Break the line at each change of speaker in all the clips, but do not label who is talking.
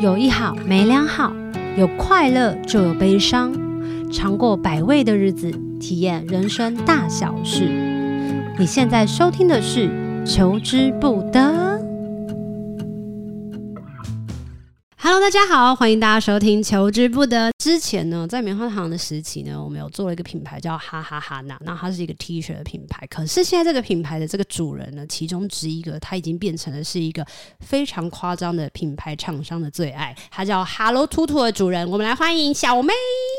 有一好没两好，有快乐就有悲伤，尝过百味的日子，体验人生大小事。你现在收听的是《求之不得》。Hello，大家好，欢迎大家收听《求之不得》。之前呢，在棉花糖的时期呢，我们有做了一个品牌叫哈哈哈娜，那它是一个 T 恤的品牌。可是现在这个品牌的这个主人呢，其中之一个，他已经变成了是一个非常夸张的品牌厂商的最爱，他叫 Hello 兔兔的主人。我们来欢迎小妹。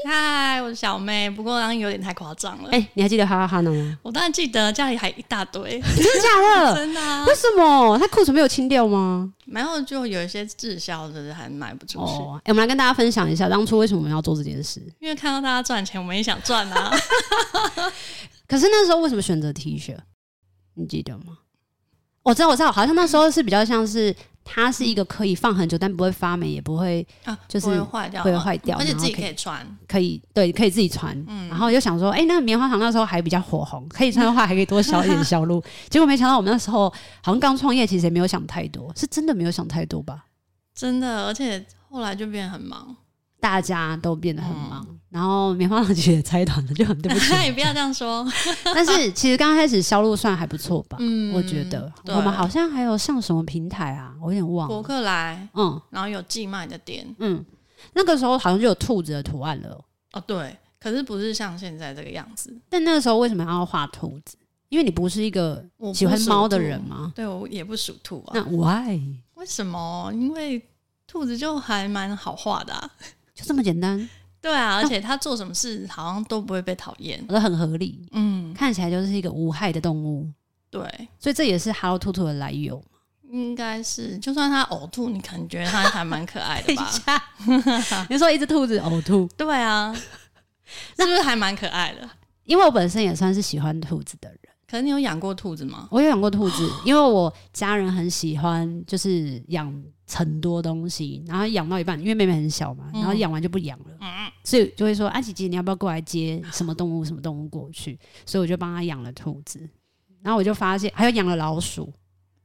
嗨，我是小妹，不过刚刚有点太夸张了。
哎、你还记得哈哈哈娜吗？
我当然记得家里还一大堆，
真的假的？
真的、啊。
为什么他库存没有清掉吗？
然后就有一些滞销的还卖不出去，
哦，哎、我们来跟大家分享一下当初为什么我们要做这件事。
因为看到大家赚钱，我们也想 赚啊。
可是那时候为什么选择 T 恤？你记得吗？我知道，我知道，好像那时候是比较像是它是一个可以放很久，但不会发霉，也不会
啊，
就是
不会坏掉，
不会坏掉
而且
然后
自己
可以
可以穿。
可以对可以自己穿。然后又想说，哎、那棉花糖那时候还比较火红，可以穿的话还可以多销一点销路。结果没想到我们那时候好像刚创业，其实也没有想太多，是真的没有想太多吧？
真的，而且后来就变得很忙。
大家都变得很忙，然后棉花糖其实也拆团了，就很对 不起。
你不要这样说，
但是其实刚开始销路算还不错吧，
嗯
我觉得
对
我们好像还有上什么平台啊，我有点忘
博
了。
客来，
嗯
然后有寄卖的店
嗯，那个时候好像就有兔子的图案了哦，
哦，对，可是不是像现在这个样子。
但那个时候为什么要画兔子？因为你不是一个
我不
喜欢猫的
属兔
人，吗？
对我也不属兔啊。
那 why
为什么？因为兔子就还蛮好画的、啊。
就这么简单，
对 啊，而且它做什么事好像都不会被讨厌。
我觉得很合理，
嗯，
看起来就是一个无害的动物，
对，
所以这也是 Hello 兔兔的来由。
应该是，就算它呕吐，你可能觉得它还蛮可爱的吧？
下， 你说一只兔子呕吐，
对啊， 是不是还蛮可爱的？
因为我本身也算是喜欢兔子的人。
可是你有养过兔子吗？
我有养过兔子，因为我家人很喜欢，就是养很多东西，然后养到一半，因为妹妹很小嘛，然后养完就不养了，
嗯
所以就会说：“啊，姐姐，你要不要过来接什么动物，什么动物过去？”所以我就帮她养了兔子，然后我就发现还有养了老鼠，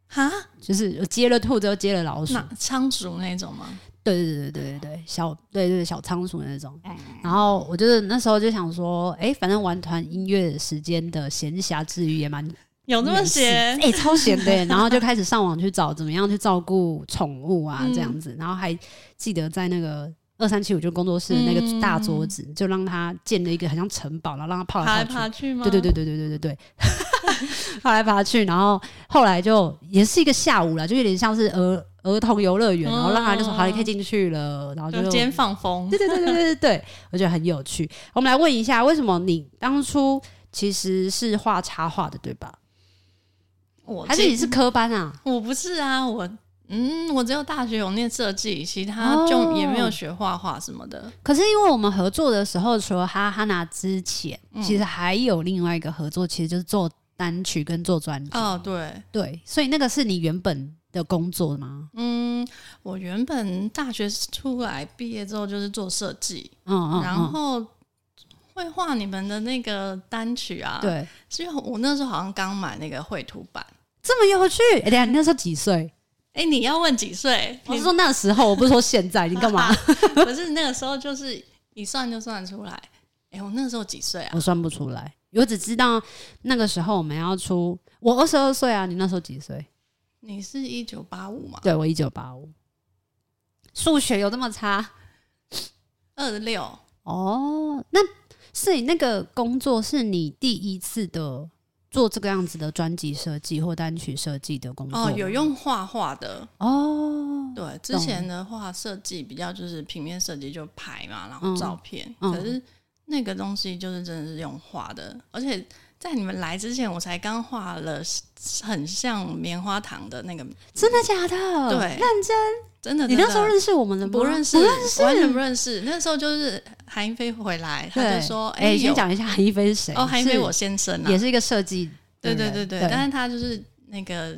哈，
就是我接了兔子又接了老鼠，
那仓鼠那种吗？
对对对对对对，小对对小仓鼠那种。然后我就是那时候就想说，哎、反正玩团音乐时间的闲暇之余也蛮
有那哦么闲？
哎、超闲的耶。然后就开始上网去找怎么样去照顾宠物啊，
嗯
这样子。然后还记得在那个二三七五就工作室的那个大桌子，就让它建了一个很像城堡，然后让它泡
爬来
来泡去。
爬去吗？
对对对对对对对对，爬来爬去，然后后来就也是一个下午了，就有点像是儿儿童游乐园，然后让他就说
嗯
好，你可以进去了，然后就
就今天放风
对对对对对对对，我觉得很有趣。我们来问一下，为什么你当初其实是画插画的，对吧？
我
还是
其
你是科班啊？
我不是啊，我嗯，我只有大学有念设计，其他就也没有学画画什么的。
可是因为我们合作的时候，除了哈哈娜之前，其实还有另外一个合作，其实就是做单曲跟做专辑。
哦，对，
对，所以那个是你原本的工作吗？
嗯，我原本大学出来毕业之后就是做设计，
嗯嗯，
然
嗯
后绘画你们的那个单曲啊，，
对，
是因为我那时候好像刚买那个绘图板。
这么有趣。哎、等一下你那时候几岁？
哎、你要问几岁？
我
你
是说那时候，我不是说现在。你干嘛？
不是那个时候，就是一算就算出来。哎、我那时候几岁啊？
我算不出来，我只知道那个时候我们要出。我二十二岁啊，你那时候几岁？
你是一九八五嘛？
对我一九八五。数学有这么差
二十六。
哦？那是你那个工作是你第一次的做这个样子的专辑设计或单曲设计的工作
哦，有
吗
用画画的。
哦，
对，之前的话设计比较就是平面设计就拍嘛，然后
嗯
照片。
嗯
可是那个东西就是真的是用画的，而且在你们来之前，我才刚画了很像棉花糖的那个，
真的假的？
对，，认真，真的。
哦你那时候
真的
认识我们的吗？
不认识，
不
完全不认识。那时候就是韩一菲回来，他
对，
就说：“
哎、
哎，
先
有
讲一下韩一菲是谁？
哦，韩一菲
是
我先生啊
也，是一个设计的
对
人，
对对对。但是他就是那个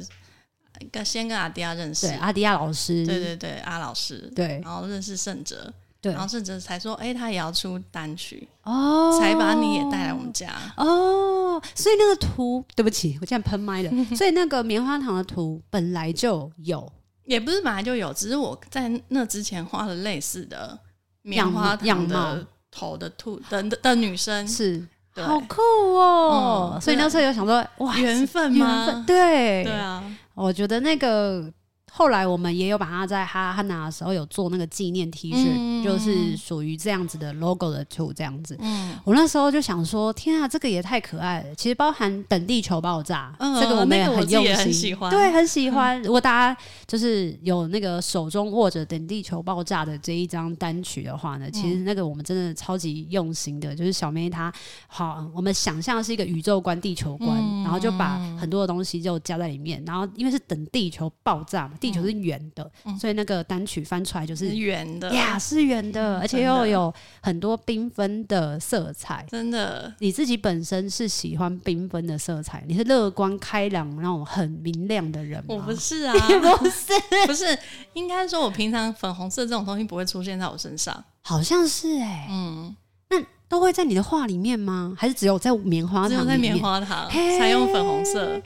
跟先跟阿迪亚认识
对，阿迪亚老师，
对对对，阿老师，
对
然后认识圣哲，
对
然后圣哲才说，哎、他也要出单曲，
哦，
才把你也带来我们家。
哦，所以那个图，对不起，我竟然喷麦了。所以那个棉花糖的图本来就有，
也不是本来就有，只是我在那之前画了类似的棉花
样
糖
貌样
的头的兔的的的女生，
是，
对
好酷哦、
嗯
所以那时候有想说，哇，
缘分
缘
吗
分？对
对啊，
我觉得那个后来我们也有把它在哈哈娜的时候有做那个纪念 T 恤，
嗯
就是属于这样子的 logo 的 t 这样子。
嗯，
我那时候就想说，天啊，这个也太可爱了！其实包含等地球爆炸，
嗯
这个我们也
那个我
很
自己
用
也
心，
很喜欢嗯
对，很喜欢。如果大家就是有那个手中握着等地球爆炸的这一张单曲的话
嗯
呢，其实那个我们真的超级用心的，就是小妹她好，我们想象是一个宇宙观、地球观，
嗯
然后就把很多的东西就加在里面，然后因为是等地球爆炸嘛，地球是圆的，所以那个单曲翻出来就是
是圆的，嗯
呀是圆的，而且
真
又
的
有很多缤纷的色彩。
真的，
你自己本身是喜欢缤纷的色彩，你是乐观开朗那种很明亮的人吗？
我不
是，
是啊，
不是，
不是，应该说我平常粉红色这种东西不会出现在我身上，
好像是哎、
嗯，
那都会在你的画里面吗？还是只有在棉花糖
只
里
有
面？
在棉花糖
嗯嘿
才用粉红色，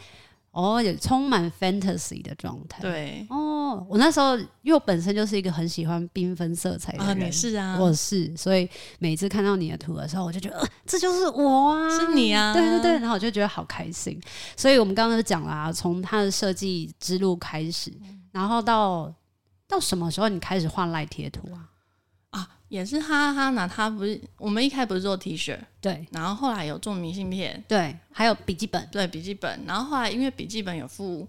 哦，也充满 fantasy 的状态。，
对，
哦，我那时候因为我本身就是一个很喜欢缤纷色彩的
啊，
人，
你是啊，
我是，所以每次看到你的图的时候，我就觉得、呃、这就是我啊，
是你啊
对对对，然后我就觉得好开心。所以我们刚刚就讲了、啊，从他的设计之路开始，
嗯
然后到到什么时候你开始画赖贴图啊？
啊，也是哈哈哈拿他不是我们一开始不是做 T 恤，
对
然后后来有做明信片，
对，还有笔记本，
对笔记本，然后后来因为笔记本有附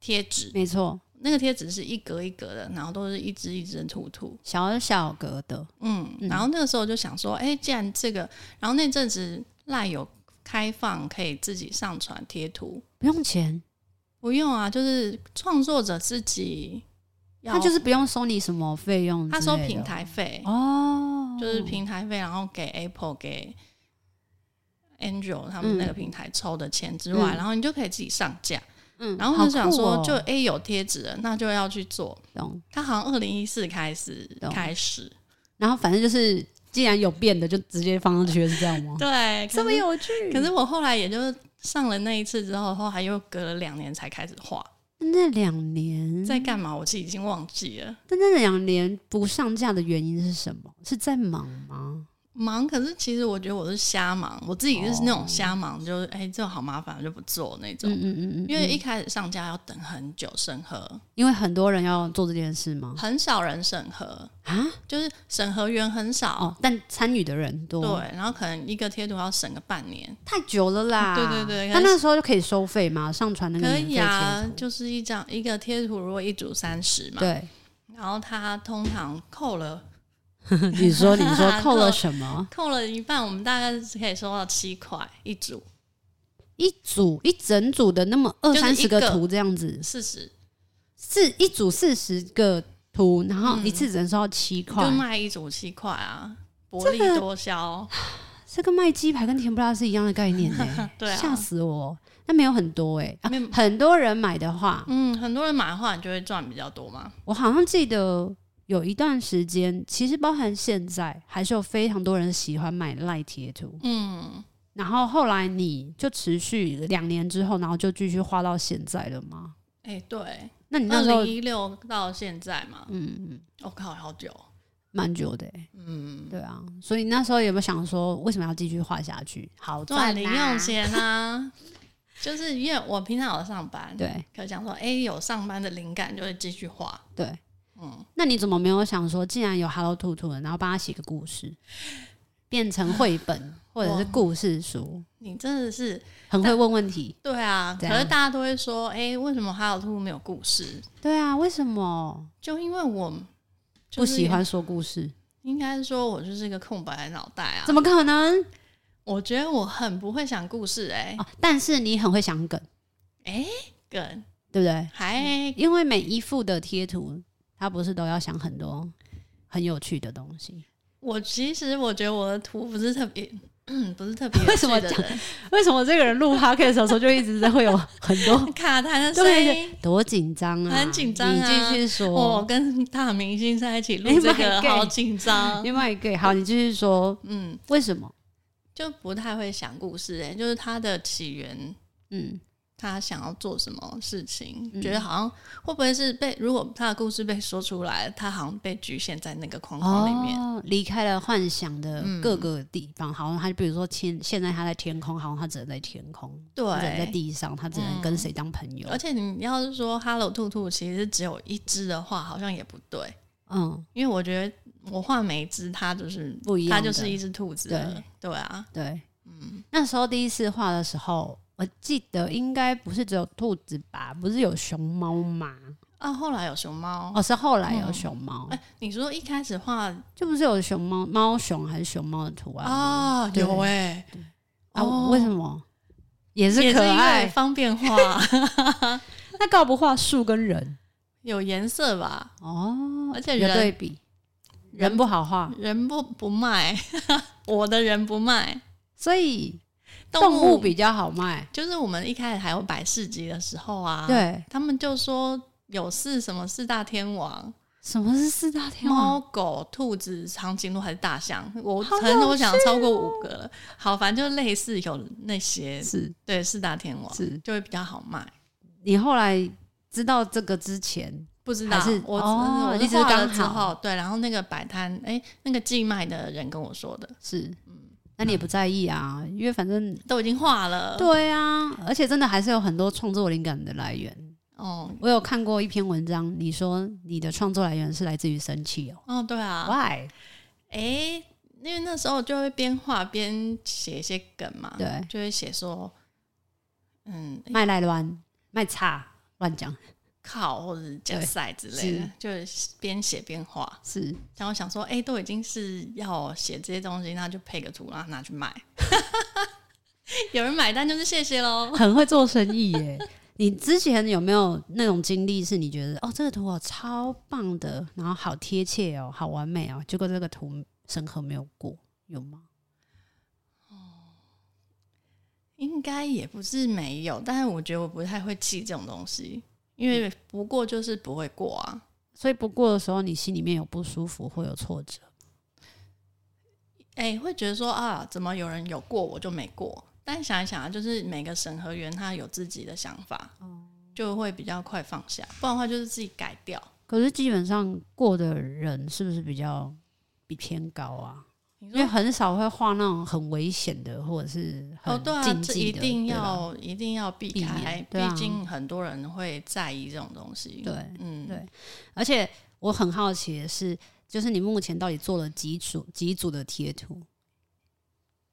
贴纸，
没错，
那个贴纸是一格一格的，然后都是一只一只的兔兔，
小小格的，
嗯，然后那个时候就想说，哎、既然这个，然后那阵子赖有开放可以自己上传贴图，
不用钱，
不用啊，就是创作者自己要，
他就是不用收你什么费用之类
他
的，
收平台费，
哦，
就是平台费，然后给 Apple 给 Angel 他们那个平台抽的钱之
嗯
外，然后你就可以自己上架。
嗯
然后就想说，
好酷
就
哦
哎、有贴纸了，那就要去做。
懂，
他好像二零一四开始
懂
开始，
然后反正就是既然有变的，就直接放上去，是这样吗？
对，可
这么
是
有趣，
可是我后来也就是上了那一次之后，后来又隔了两年才开始画，
那两年，
在干嘛我自己已经忘记了。
但那两年不上架的原因是什么？是在忙吗？
忙，可是其实我觉得我是瞎忙，我自己就是那种瞎忙，就是哎、这好麻烦，我就不做那种。
嗯嗯嗯嗯，
因为一开始上架要等很久审核，
因为很多人要做这件事吗？
很少人审核，
啊，
就是审核员很少。
哦，但参与的人多，
对，，然后可能一个贴图要审个半年，
太久了啦。
对对对
那
可是
那时候就可以收费吗？上传那个
可
免费
以
贴
啊
图，
就是一张一个贴图，如果一组三十嘛，
对，
然后他通常扣了
你说你 说扣了
扣
什么？
扣了一半，我们大概是可以收到七块一组，
一组一整组的那么二
就是
三十
一个
个图这样子，
四十
是一组四十个图，然后一次只能收到七块
嗯就。卖一组七块啊，薄利多销。
这个卖鸡排跟甜不辣是一样的概念呢、
对啊
吓死我！那没有很多哎、啊
没有
很多人买的话，
嗯，很多人买的话，你就会赚比较多嘛。
我好像记得有一段时间，其实包含现在，还是有非常多人喜欢买赖贴图。
嗯，
然后后来你就持续两年之后，然后就继续画到现在了吗？
哎、对，
那你那
二
时候
零一六到现在嘛，
嗯，
我、靠，好久。
蛮久的、欸，
嗯，
对啊。所以那时候有没有想说，为什么要继续画下去？好
赚
赚
零
啊
用，钱啊， 就是因为我平常有上班，，
对
可想说，哎、有上班的灵感就会继续画。
对。
嗯，
那你怎么没有想说，既然有 Hello 兔兔了，然后帮他写个故事，变成绘本或者是故事书？
你真的是
很会问问题。
对啊，
怎
可
样
是大家都会说，哎、为什么哈尔兔没有故事？
对啊，为什么
就因为我、
不
就是
喜，欢说故事？
应该是说我就是一个空白的脑袋啊。
怎么可能
我觉得我很不会想故事、哎、
哦？但是你很会想梗，
梗
对不对？
还
因为每一幅的贴图，它不是都要想很多很有趣的东西？
我其实我觉得我的图不是特别， 嗯，不是特别
为什么
有趣的人
为什么这个人录 podcast 的时候就一直在会有很多
卡痰的
对
声音？
多紧张啊？
很紧张啊
你继续
我
说。
跟大明星在一起
你
录这
买
个，
gay
好紧张。
另外一个好，你继续说
嗯，
为什么？
欸就不太会想故事、哎，就是它的起源，
嗯，
他想要做什么事情，觉得好像会不会是被如果他的故事被说出来，他好像被局限在那个框框里面。
哦，离开了幻想的各个地方，好像他比如说天，现在他在天空，好像他只能在天空，他只能在
对，
地上，他只能跟谁当朋友
而，且你要是说 “hello 兔兔”其实只有一只的话，好像也不对，
嗯，
因为我觉得我画每一只，它就是
不一样
它
的
就是一只兔子了。对啊，
对，嗯，那时候第一次画的时候，我记得应该不是只有兔子吧，不是有熊猫吗？
啊，后来有熊猫。
哦，是哦后来有
嗯
熊猫，
哎、你说一开始画
就不是有熊猫猫熊还是熊猫的图案吗？
啊，
对
有哎、
啊，
哦
为什么？也是
也
可
是因为
爱，
方便画，
那告不画树跟人
有颜色吧，
哦，
而且
有
人
对比，人不好画，
人不不卖， 我的人不卖，
所以
动
动物比较好卖。
就是我们一开始还有摆市集的时候啊，，
对，
他们就说有四什么四大天王，
什么是四大天王？
猫、狗、兔子、长颈鹿还是大象，我
好有哦
承认我想超过五个了，好，反正就类似有那些，
是
对，四大天王
是，
就会比较好卖。
你后来知道这个之前，
不知道
还是，
我
哦
我
你只是
画了
刚
之
好
后，对，然后那个摆摊，哎、那个寄卖的人跟我说的，
是，
嗯
那你也不在意啊，因为反正
都已经画了，，
对啊，而且真的还是有很多创作灵感的来源。
哦、
我有看过一篇文章，你说你的创作来源是来自于生气哦
哦，对啊，
，Why？
哎、因为那时候就会边画边写一些梗嘛，
对，
就会写说，嗯，诶
卖来乱卖差乱讲
靠或者是加塞之类的，就是边写边画。
是
然后想说，哎、都已经是要写这些东西，那就配个图，然后拿去卖。 有人买单就是谢谢 喽。
很会做生意耶。你之前有没有那种经历，是你觉得哦这个图我超棒的，然后好贴切哦，好完美哦，结果这个图审核没有过，有吗？
应该也不是没有，但是我觉得我不太会记这种东西，因为不过就是不会过啊。
所以不过的时候，你心里面有不舒服或有挫折，
哎、会觉得说啊，怎么有人有过我就没过？但想一想啊，就是每个审核员他有自己的想法，
哦
就会比较快放下。不然的话就是自己改掉。
可是基本上过的人是不是比较比偏高啊？
你
因为
说
很少会画那种很危险的或者是
哦，
很
对啊，
禁
这
忌
一
的，
定
对吧
要一定要避
避
开
免，
毕
对啊
竟很多人会在意这种东西。
对
嗯，
对而且我很好奇的是，就是你目前到底做了几组几组的贴图？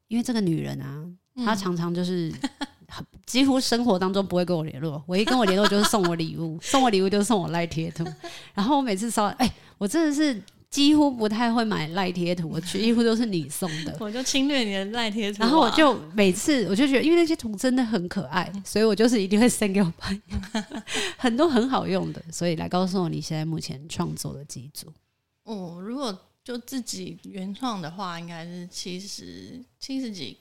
因为这个女人啊，
嗯
她常常就是、很几乎生活当中不会跟我联络，唯一跟我联络就是送我礼物，送我礼物就是送我赖贴图。然后我每次烧，哎、我真的是几乎不太会买赖贴图，我几乎都是你送的。
我就侵略你的赖贴图啊，
然后我就每次我就觉得，因为那些图真的很可爱，
嗯
所以我就是一定会 send 给我朋友， 很多很好用的。所以来告诉我你现在目前创作的几组。
哦，如果就自己原创的话，应该是七十七十几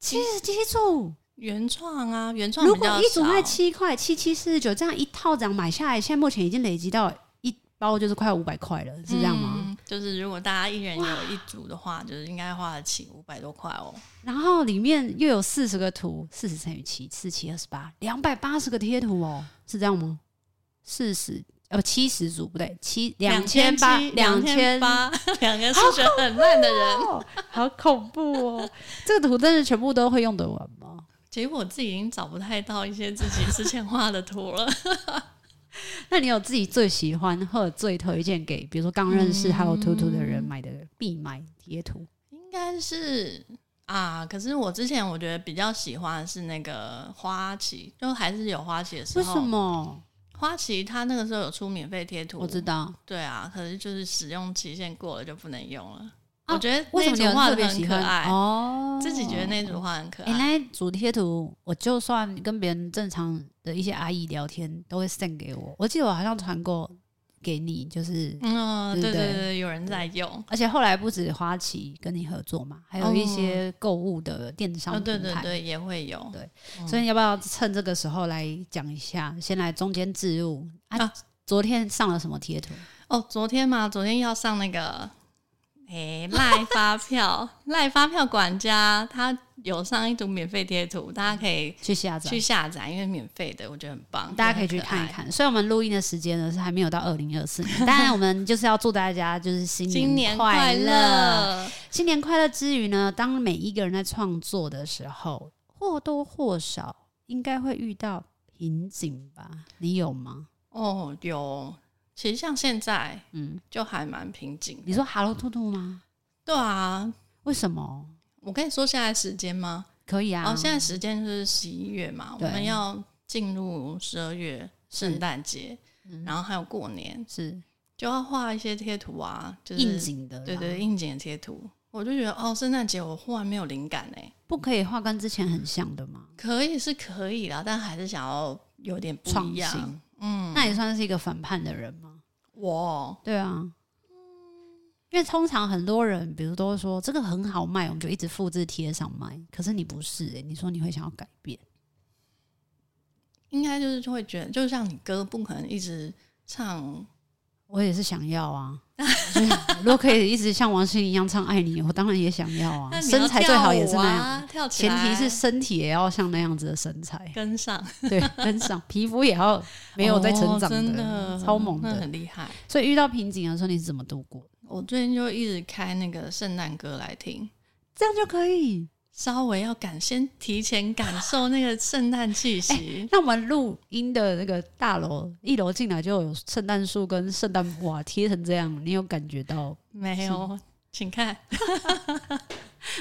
七十七组，
原创啊，原创
如
比
果
较
一组
少
卖七块，七七四十九，这样一套这样买下来，现在目前已经累积到一包就是快五百块了，是这样吗？
嗯就是如果大家一人有一组的话，就是应该花得起五百多块哦。
然后里面又有四十个图，四十乘以七，四七二十八，两百八十个贴图哦，是这样吗？四十呃七十组不对，七千八
两
千
千八，两个数学很烂的人。
哦，好恐怖哦！这个图真的全部都会用得完吗？
结果我自己已经找不太到一些自己之前画的图了。
那你有自己最喜欢或者最推荐给，比如说刚认识还有图图的人买的必买贴图？
应该是啊，可是我之前我觉得比较喜欢的是那个花旗，就还是有花旗的时
为
候。
什？么？
花旗它那个时候有出免费贴图，
我知。道，
对啊，可是就是使用期限过了就不能用了。
啊
我觉得
为什么你
那组
有
画
特
的
别
很
喜
可
欢
爱，
哦？
自己觉得那组画很可
哎、
爱。
那一组贴图，我就算跟别人正常的一些阿姨聊天，都会 send 给我。我记得我好像传过给你，就是，
嗯，
对
对
不
对
对
对，有人在用。
而且后来不止花旗跟你合作嘛，还有一些购物的电商
哦，
平台。
对对对，也会有。
对
嗯，
所以要不要趁这个时候来讲一下？先来中间置入啊
啊
昨天上了什么贴图？
哦，昨天嘛，昨天要上那个诶赖、发票，赖发票管家他有上一组免费贴图，大家可以
去下载
去。下载，因为免费的，我觉得很棒，
大家可以去
也很
看一
爱。
看，虽然我们录音的时间呢是还没有到二零二四年， 当然我们就是要祝大家就是新
新年
快
快
乐。
乐！
新年快乐之余呢，当每一个人在创作的时候，或多或少应该会遇到瓶颈吧？你有吗？
哦，有，其实像现在
嗯，
就还蛮平静的。
你说 “hello 兔兔”吗？
对啊，
为什么？
我跟你说现在时间吗？
可以啊。
哦，现在时间就是十一月嘛，我
对
们要进入十二月圣诞节，
嗯
然后还有过年，
是
就要画一些贴图啊，就是
应景的啦，
对对应景的贴图。我就觉得哦，圣诞节我忽然没有灵感哎、
不可以画跟之前很像的吗？
可以是可以啦，但还是想要有点不
创
一样
新。
嗯，
那也算是一个反叛的人吗？
我
对啊，
嗯
因为通常很多人，比如都会说这个很好卖，我们就一直复制贴上卖。可是你不是、欸，你说你会想要改变，
应该就是就会觉得，就像你歌不可能一直唱
我也是想要啊。就是如 果可以一直像王心凌一样唱《爱你》，我当然也想要啊。
那你要
身材最好也是那
跳舞
样，
啊，跳起
前
来
提是身体也要像那样子的身 材，
跟上，
对，跟上皮肤也要没有在成长
哦真的
超猛
那
的。
很厉害。
所以遇到瓶颈的时候，你是怎么度过？
我最近就一直开那个圣诞歌来听，
这样就可以。。
稍微要感先提前感受那个圣诞气息
那我们录音的那个大楼一楼进来就有圣诞树跟圣诞哇贴成这样，你有感觉到？
没有，请看，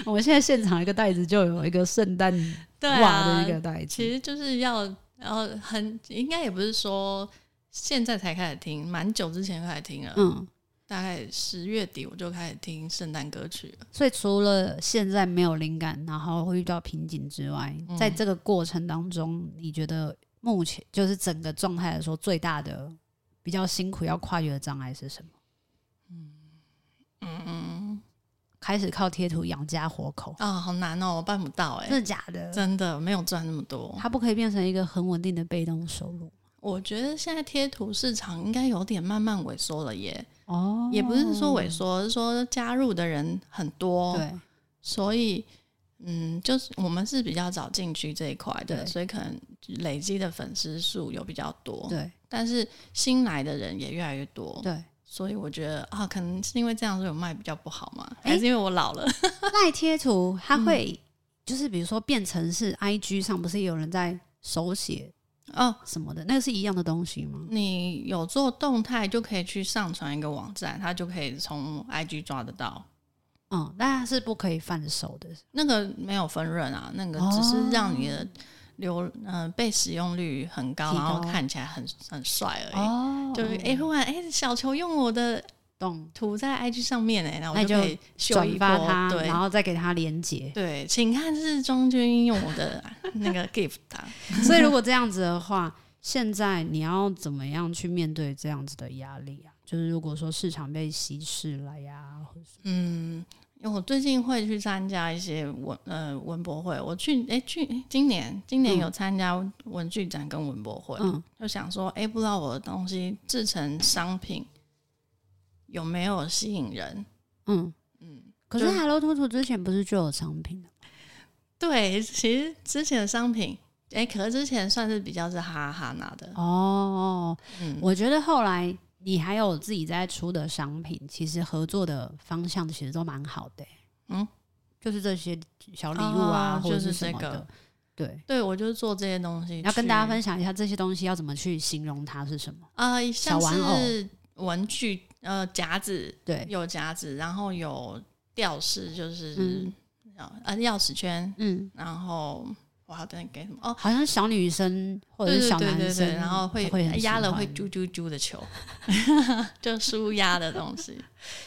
我们现在现场一个袋子就有一个圣诞
对
袜的
啊
一，个袋子，
其实就是要，然后很应该也不是说现在才开始听，蛮久之前开始听了，
嗯，
大概十月底我就开始听圣诞歌曲了。
所以除了现在没有灵感，然后会遇到瓶颈之外，
嗯
在这个过程当中，你觉得目前就是整个状态来说，最大的比较辛苦要跨越的障碍是什么？
嗯
开始靠贴图养家活口，
啊、好难哦，我办不到哎、
真的假的？
真的没有赚那么多。
它不可以变成一个很稳定的被动收入
我觉得现在贴图市场应该有点慢慢萎缩了耶，
哦
也不是说萎缩，是说加入的人很多，
对。
所以嗯，就是我们是比较早进去这一块的，
对
所以可能累积的粉丝数有比较多，
对
但是新来的人也越来越多，
对，
所以我觉得啊，可能是因为这样，所以我卖比较不好嘛，
诶
还是因为我老了，
赖贴图它
嗯
会就是比如说变成是 IG 上不是有人在手写
哦，
什么的，那个是一样的东西吗？
你有做动态就可以去上传一个网站，它就可以从 IG 抓得到。
嗯，那它是不可以贩售的。
那个没有分润啊，那个
哦
只是让你的流嗯、被使用率很高，
提高
然后看起来很很帅而已。
哦
就是哎、诶忽然哎、诶小球用我的
懂
图在 IG 上面哎、然后
那
我
你就
就可以秀
转
一
发
波
它，
对
然后再给它连 接。
对，请看是庄君用我的 那个 gift 啊。
所以如果这样子的话，现在你要怎么样去面对这样子的压力啊？就是如果说市场被稀释了呀，或者是
嗯，因为我最近会去参加一些文呃文博会，我去哎、去诶今年今
嗯
年有参加文具展跟文博会，
嗯，
就想说哎、诶不知道我的东西制成商品有没有吸引人？
嗯，
嗯，
可是
就
Hello 兔兔之前不是就有商品了？
对，其实之前的商品哎、诶可是之前算是比较是哈哈拿的，
哦，
嗯，
我觉得后来你还有自己在出的商品，其实合作的方向其实都蛮好的欸、
嗯，
就是这些小礼物啊，
哦
或者
就是
什么
这
的
个。
对，
对我就是做这些东西去，
要跟大家分享一下这些东西要怎么去形容它是什么。
啊、像
玩偶
是文具呃夹子，
对，
有夹子，然后有吊饰，就是、
嗯
呃钥匙圈，
嗯，
然后我还要等你给什么？哦，
好像小女生或者
对
是
对
小
对
男
对
生，
对，然后
会
会哎
很喜
压了
欢
会啾啾啾 的球，就舒压的东西。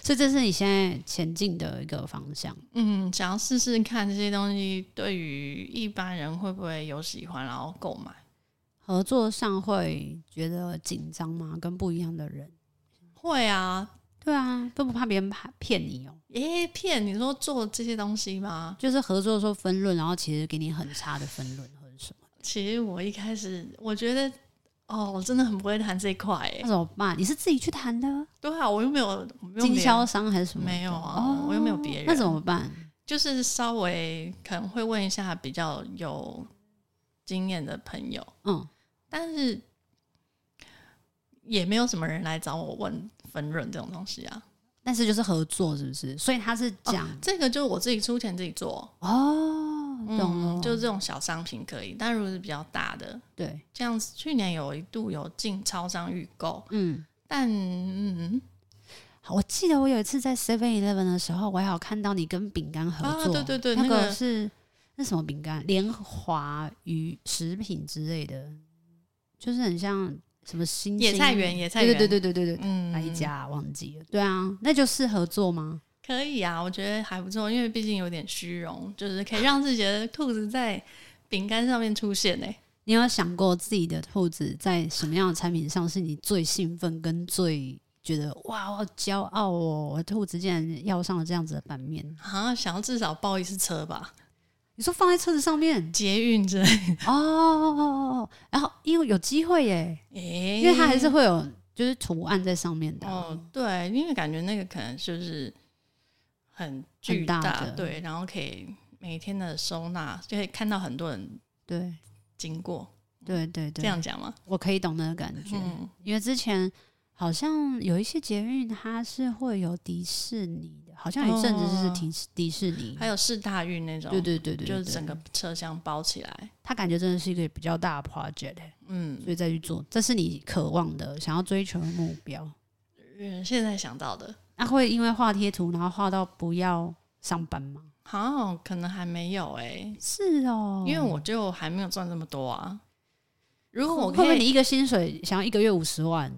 所以这是你现在前进的一个方向。
嗯，想要试试看这些东西对于一般人会不会有喜欢，然后购买。
合作上会觉得紧张吗？跟不一样的人？
会啊，
对啊，都不怕别人怕骗你哦、
诶，骗你说做这些东西吗？
就是合作的时候分论，然后其实给你很差的分论或者什么，
其实我一开始我觉得，哦，我真的很不会谈这一块、诶
那怎么办？你是自己去谈的
对啊，我又没有，我又没有
经销商还是什么的？
没有啊
哦
我又没有别人
那怎么办？
就是稍微可能会问一下比较有经验的朋友，
嗯，
但是也没有什么人来找我问分润这种东西啊。
但是就是合作是不是？所以他是讲
这个就我自己出钱自己做，
哦，懂了，
嗯，就是这种小商品可以，但如果是比较大的，
对，
这样子去年有一度有进超商预购，
嗯。
但嗯
好我记得我有一次在 Seven Eleven 的时候，我还有看到你跟饼干合
啊
作，
对对对
那
那
个
个
是那什么饼干，联华鱼食品之类的，就是很像什么新
野菜
兴
园野菜
对
园，
对对对对对对，
嗯，
哪一家啊忘记了？对啊，那就是合作吗？
可以啊，我觉得还不错，因为毕竟有点虚荣，就是可以让自己的兔子在饼干上面出现呢、欸
你有想过自己的兔子在什么样的产品上是你最兴奋跟最觉得哇，我好骄傲哦，我的兔子竟然要上了这样子的版面？
啊，想要至少抱一次车吧，
你说放在车子上 面
捷运之类
哦
的。
哦哦哦，然后因为有机会耶，
诶
因为它还是会有就是图案在上面的啊、
哦，对，因为感觉那个可能就是很巨
很大的
对，然后可以每天的收纳，就可以看到很多人
对
经过，
对对
这
对，
样讲吗？
我可以懂那个感觉。
嗯，
因为之前好像有一些捷运，它是会有迪士尼的，好像有一阵子就是迪士迪士尼，
哦还有市大运那种，
对对对对，
就
对
是整个，车厢包起来，
他感觉真的是一个比较大的 project，欸
嗯
所，以再去做，这是你渴望的、想要追求的目标。
嗯现在想到的，
那、会因为画贴图，然后画到不要上班吗？
好像可能还没有诶、
是哦，
因为我就还没有赚这么多啊。如果我
哦会不
可
会
以，
你一个薪水想要一个月五十万？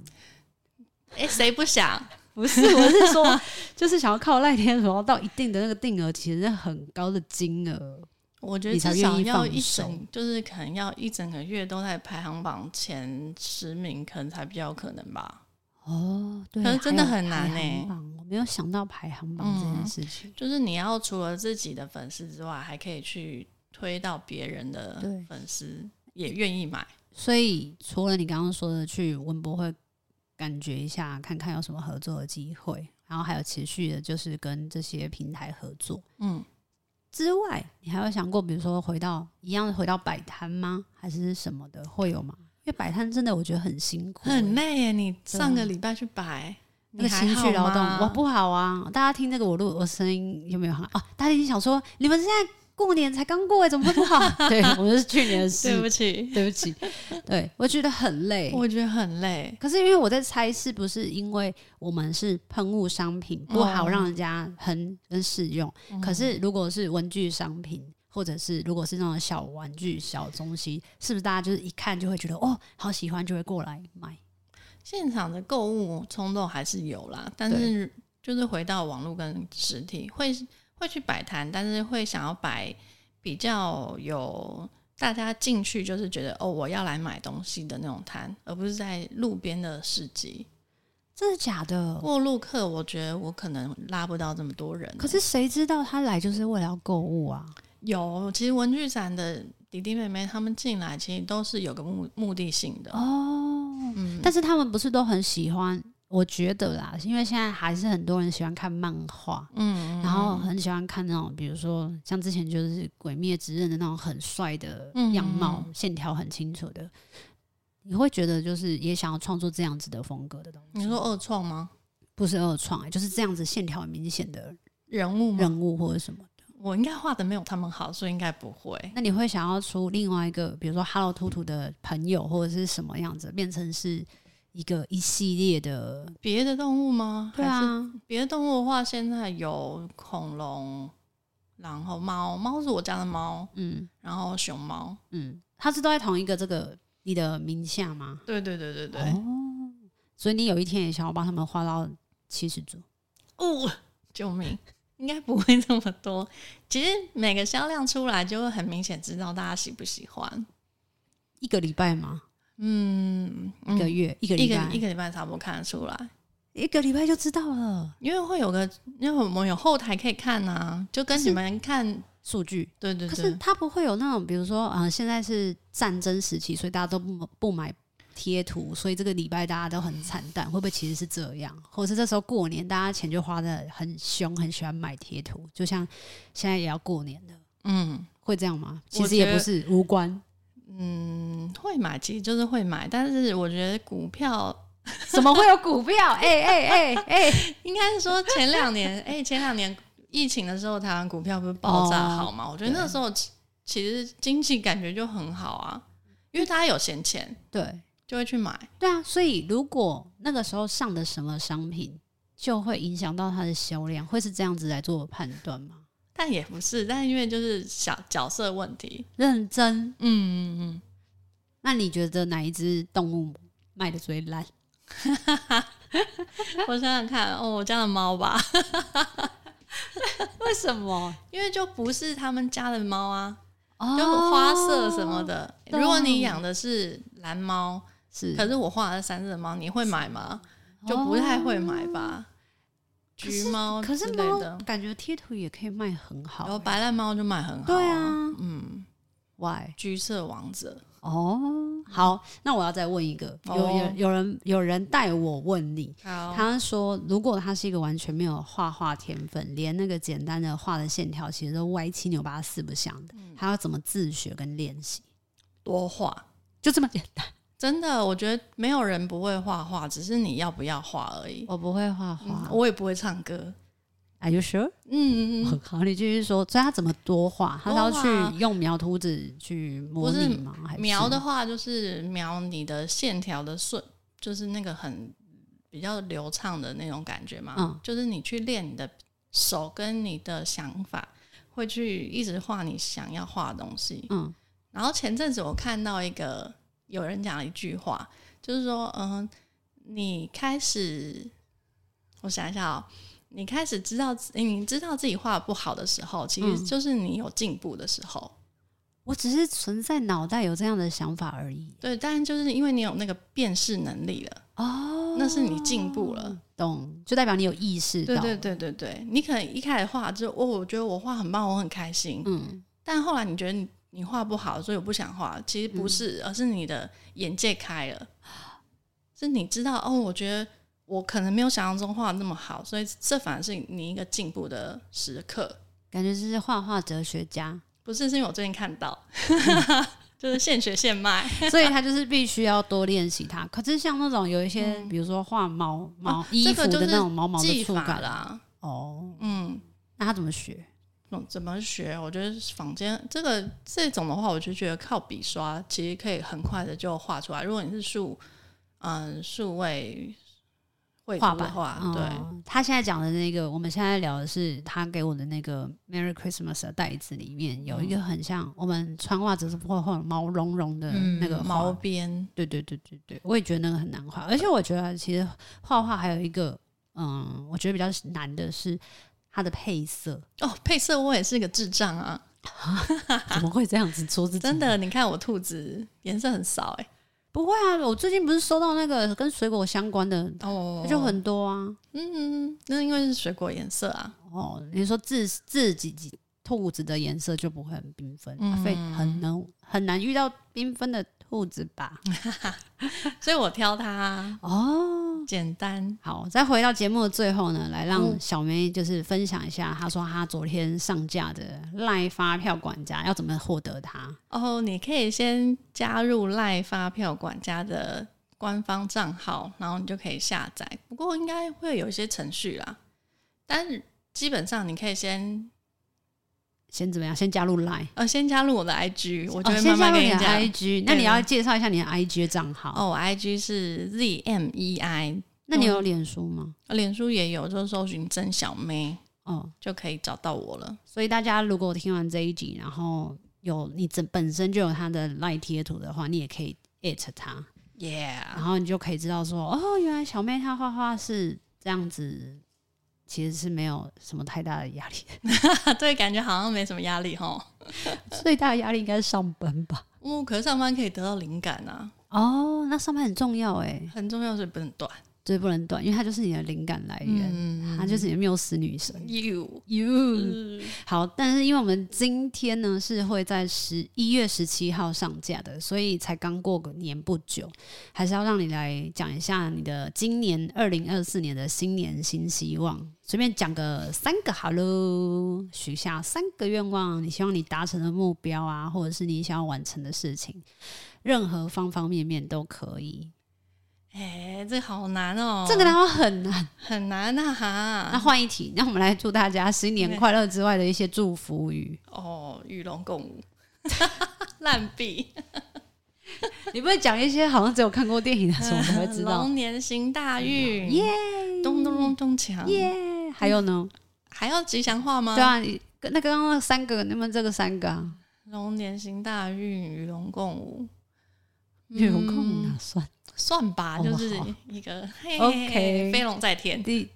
哎，谁、不想？
不是，我是说， 就是想要靠赖天然后到一定的那个定额，其实是很高的金额。
我觉
你
得
才
至
愿
少
意
要
放
一
手
整，就是可能要一整个月都在排行榜前十名，可能才比较有可能吧。
哦，对，
可是真的
还有
很难
排行
欸
榜我没有想到排行榜这件
嗯
事情。
就是你要除了自己的粉丝之外，还可以去推到别人的
对
粉丝也愿意买。
所以除了你刚刚说的去文博会感觉一下，看看有什么合作的机会，然后还有持续的就是跟这些平台合作
嗯，
之外，你还有想过，比如说回到一样回到摆摊吗？还是什么的会有吗？因为摆摊真的我觉得很辛苦欸、
很累耶！你上
对啊
个礼拜去摆，
那个
你还
情绪
好
劳动
吗，
我不好啊！大家听这个我录我声音有没有很好？哦，大家一定想说你们现在过年才刚过哎，怎么会不好？ 对，我们是去年的
对
事，
不起，
对不起，对我觉得很累。
我觉得很累。
可是因为我在猜，是不是因为我们是喷雾商品不好
哦
让人家很很使用？可是如果是文具商品，或者是如果是那种小玩具、小东西，是不是大家就是一看就会觉得哦，好喜欢，就会过来买？
现场的购物冲动还是有啦，但是就是回到网络跟实体，会会去摆摊，但是会想要摆比较有大家进去就是觉得哦，我要来买东西的那种摊，而不是在路边的市集。
真的假的？
过路客，我觉得我可能拉不到这么多人、啊
可是谁知道他来就是为了要购物啊？
有，其实文具展的弟弟妹妹他们进来，其实都是有个目目的性的。
哦，
嗯，
但是他们不是都很喜欢？我觉得啦，因为现在还是很多人喜欢看漫画，
嗯，
然后很喜欢看那种，比如说像之前就是《鬼灭之刃》的那种很帅的
嗯
样貌，线条很清楚的。你会觉得就是也想要创作这样子的风格的东西，
你说二创吗？
不是二创、欸就是这样子线条很明显的
人物吗？
人物或者什么。
我应该画的没有他们好，所以应该不会。
那你会想要出另外一个，比如说 Hello 兔兔的朋友或者是什么样子，变成是一个一系列的，
别的动物吗？
对
还是
啊，
别的动物的话，现在有恐龙，然后猫，猫是我家的猫，
嗯
然后熊猫。
嗯，它是都在同一个这个你的名下吗？
对对对对对。
哦，所以你有一天也想要帮他们画到七十组。
哦，救命！应该不会这么多。其实每个销量出来，就会很明显知道大家喜不喜欢。
一个礼拜吗？
嗯，
一个
嗯
月，一个
一
礼
个
拜，
一个礼拜差不多看得出来，
一个礼拜就知道了
因为会有个，因为我们有后台可以看啊，就跟你们看，
数据。
对对
可是
对，
它不会有那种，比如说，呃，现在是战争时期，所以大家都不不买贴图，所以这个礼拜大家都很惨淡，会不会其实是这样？或者是这时候过年，大家钱就花的很凶，很喜欢买贴图，就像现在也要过年了，
嗯
会这样吗？
我
其实
觉
也不
得
是无关，
嗯，会买其实就是会买，但是我觉得股票
怎么会有股票？ 哎哎哎哎，
应该是说前两 年，哎、前两年疫情的时候，台湾股票不是爆炸好吗？我觉得那时候其其实经济感觉就很好啊，因为大家有闲钱
对
就会去买。
对啊，所以如果那个时候上的什么商品，就会影响到它的销量，会是这样子来做判断吗？
但也不是，但因为就是小角色问题，
认真，
嗯嗯嗯，
那你觉得哪一只动物卖的最烂？
我想想看，哦，我家的猫吧，
为什么？
因为就不是他们家的猫啊，
哦
就花色什么的。
懂
如果你养的是蓝猫，
是，哦
可是我画的三色猫，你会买吗？就不太会买吧。橘猫
可是
之类
猫
的
感觉贴图也可以卖很好、欸
然后白烂猫就卖很好、
对啊，
嗯，
Why？
橘色王者，
哦，好，那我要再问一个，有
哦
有有人有人带我问你，
好
他说如果他是一个完全没有画画天分，连那个简单的画的线条其实都歪七扭八四不像的，
嗯
他要怎么自学跟练习？
多画，
就这么简单，
真的，我觉得没有人不会画画，只是你要不要画而已。
我不会画
嗯
画。
我也不会唱歌，
Are you sure？
嗯嗯嗯，
好，你继续说。所以他怎么多画？他是要
多画
去用描图纸去模
不是
拟吗？还是
描的话就是描你的线条的顺，就是那个很比较流畅的那种感觉嘛。
嗯
就是你去练你的手跟你的想法，会去一直画你想要画的东西。
嗯
然后前阵子我看到一个有人讲了一句话，就是说，嗯，你开始，我想一下哦，你开始知道自你知道自己画得不好的时候，其实
嗯
就是你有进步的时候。
我只是存在脑袋有这样的想法而已。
对，但就是因为你有那个辨识能力了，
哦，
那是你进步了。
懂，就代表你有意识
对
到。
对对对对，你可能一开始画就哦，我觉得我画很棒，我很开心，
嗯，
但后来你觉得你你画不好，所以我不想画。其实
嗯
不是，而是你的眼界开了，是你知道哦，我觉得我可能没有想象中画的那么好，所以这反而是你一个进步的时刻。
感觉就是画画哲学家，
不是，是因为我最近看到，
嗯
就是现学现卖。
所以他就是必须要多练习它。可是像那种有一些，比如说画毛毛、衣
嗯哦这
服
个就
的
是
那种毛毛
技
的触
法
感，
啦，
哦，
嗯。
那他怎么学？
嗯怎么学？我觉得坊间这个这种的话，我就觉得靠笔刷其实可以很快的就画出来。如果你是数，嗯，数位绘图
画
的
板
话，对，
哦他现在讲的那个，我们现在聊的是他给我的那个 Merry Christmas 的袋子里面有一
嗯
个很像我们穿袜子是会会有毛茸茸的那个花
嗯毛边，
对对对对对，我也觉得那个很难画，而且我觉得其实画画还有一个，嗯，我觉得比较难的是它的配 色，
哦，配色我也是个智障啊！
怎么会这样子说自己？
真的，你看我兔子颜色很少哎、
不会啊！我最近不是收到那个跟水果相关的，
哦
就很多啊。
嗯，那因为是水果颜色啊，
哦，你说自自己己兔子的颜色就不会很缤纷，啊非、很难很难遇到缤纷的兔子吧？
所以我挑它
哦。
简单。
好，再回到节目的最后呢，来让
嗯
小梅就是分享一下，她说她昨天上架的赖发票管家要怎么获得它？
哦，你可以先加入赖发票管家的官方账号，然后你就可以下载。不过应该会有一些程序啦，但基本上你可以先
先怎么样？先加入赖，
呃先加入我的 IG，我就
哦
会
先
慢
加
慢
入
跟
你的啊
讲。
IG，那
对
你要介绍一下你的 IG 账号。
哦，我 IG 是 ZMEI，
那你有脸书吗？
脸书也有，就搜寻曾小妹
哦，
就可以找到我了。
所以大家如果听完这一集，然后有你整本身就有他的赖贴图的话，你也可以 at 他，然
Yeah，
后你就可以知道说，哦，原来小妹她画画是这样子，其实是没有什么太大的压力。
对，感觉好像没什么压力哈。
最大的压力应该是上班吧？
哦，可是上班可以得到灵感啊，
哦，那上班很重要哎、
很重要，所以不能断。
就是不能断，因为它就是你的灵感来源，
嗯
它就是你的缪斯女神。
you，
You 好，但是因为我们今天呢是会在十一月十七号上架的，所以才刚过个年不久，还是要让你来讲一下你的今年二零二四年的新年新希望，随便讲个三个好喽，许下三个愿望，你希望你达成的目标啊，或者是你想要完成的事情，任何方方面面都可以。
哎、这好难哦、
这个难道很难？
很难啊
那
哈。
换一题，那我们来祝大家新年快乐之外的一些祝福语。
哦，与龙共舞， 烂笔，
你不会讲一些好像只有看过电影啊的时候才会知道
龙年行大运，
耶
咚咚咚咚锵，
耶？还有呢？
还要吉祥话吗？
对，啊，你跟那刚刚那三个，那么这个三个啊，
龙年行大运，与龙共舞，
女龙控
嗯
哪算？
算吧，
哦
就是
好
一个嘿
OK
飞龙在 天，
第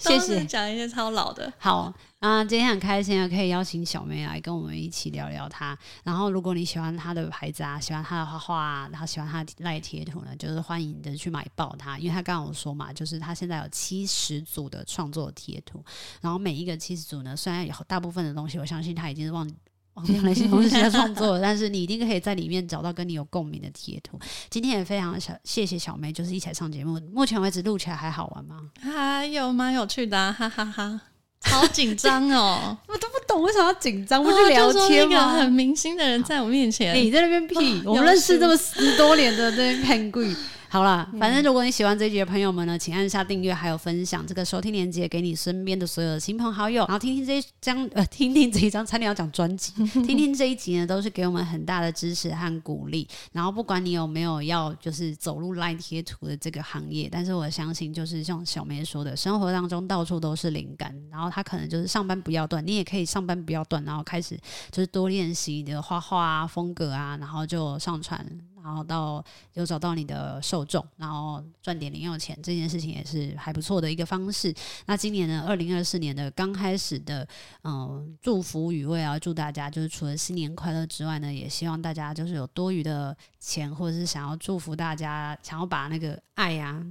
谢
都是
谢。
讲一些超老的，
好，那今天很开心啊，可以邀请小妹来跟我们一起聊聊她。然后，如果你喜欢她的牌子啊，喜欢她的画画、啊，然后喜欢她的赖贴图呢，就是欢迎的去买爆她，因为她刚刚有说嘛，就是她现在有七十组的创作贴图，然后每一个七十组呢，虽然有大部分的东西，我相信他已经是忘。忘掉了一些东西在创作了，但是你一定可以在里面找到跟你有共鸣的贴图。今天也非常小谢谢小梅，就是一起来上节目。目前为止录起来还好玩吗？
还有蛮有趣的、啊，哈哈哈好紧张
，
哦
我都不懂为什么要紧张，
哇就说那个很明星的人在我面前，
你在那边屁！我们认识这么十多年的那骗鬼。好啦，反正如果你喜欢这一集的朋友们呢，请按下订阅，还有分享这个收听链接给你身边的所有的亲朋好友，然后听听这一张呃，听听这一张，差点要讲专辑，听听这一集呢，都是给我们很大的支持和鼓励。然后不管你有没有要就是走入 Line 贴图的这个行业，但是我相信就是像小梅说的，生活当中到处都是灵感，然后她可能就是上班不要断，你也可以上班不要断，然后开始就是多练习你的画画啊、风格啊，然后就上传，然后到有找到你的受众，然后赚点零用钱，这件事情也是还不错的一个方式。那今年呢，二零二四年的刚开始的嗯、祝福语，我也要祝大家，就是除了新年快乐之外呢，也希望大家就是有多余的钱，或者是想要祝福大家，想要把那个爱呀、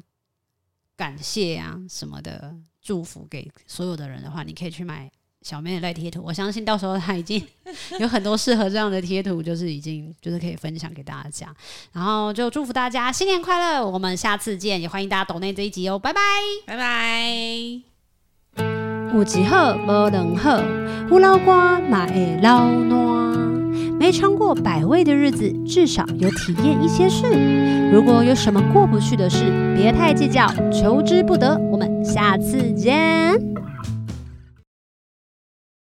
感谢呀、什么的祝福给所有的人的话，你可以去买小妹的赖贴图，我相信到时候她已经有很多适合这样的贴图，就是已经就是可以分享给大家。然后就祝福大家新年快乐，我们下次见，也欢迎大家抖内这一集哦，拜拜。
拜拜。
有一好无两好，有老瓜嘛会老烂。没尝过百味的日子，至少有体验一些事。如果有什么过不去的事，别太计较，求之不得。我们下次见。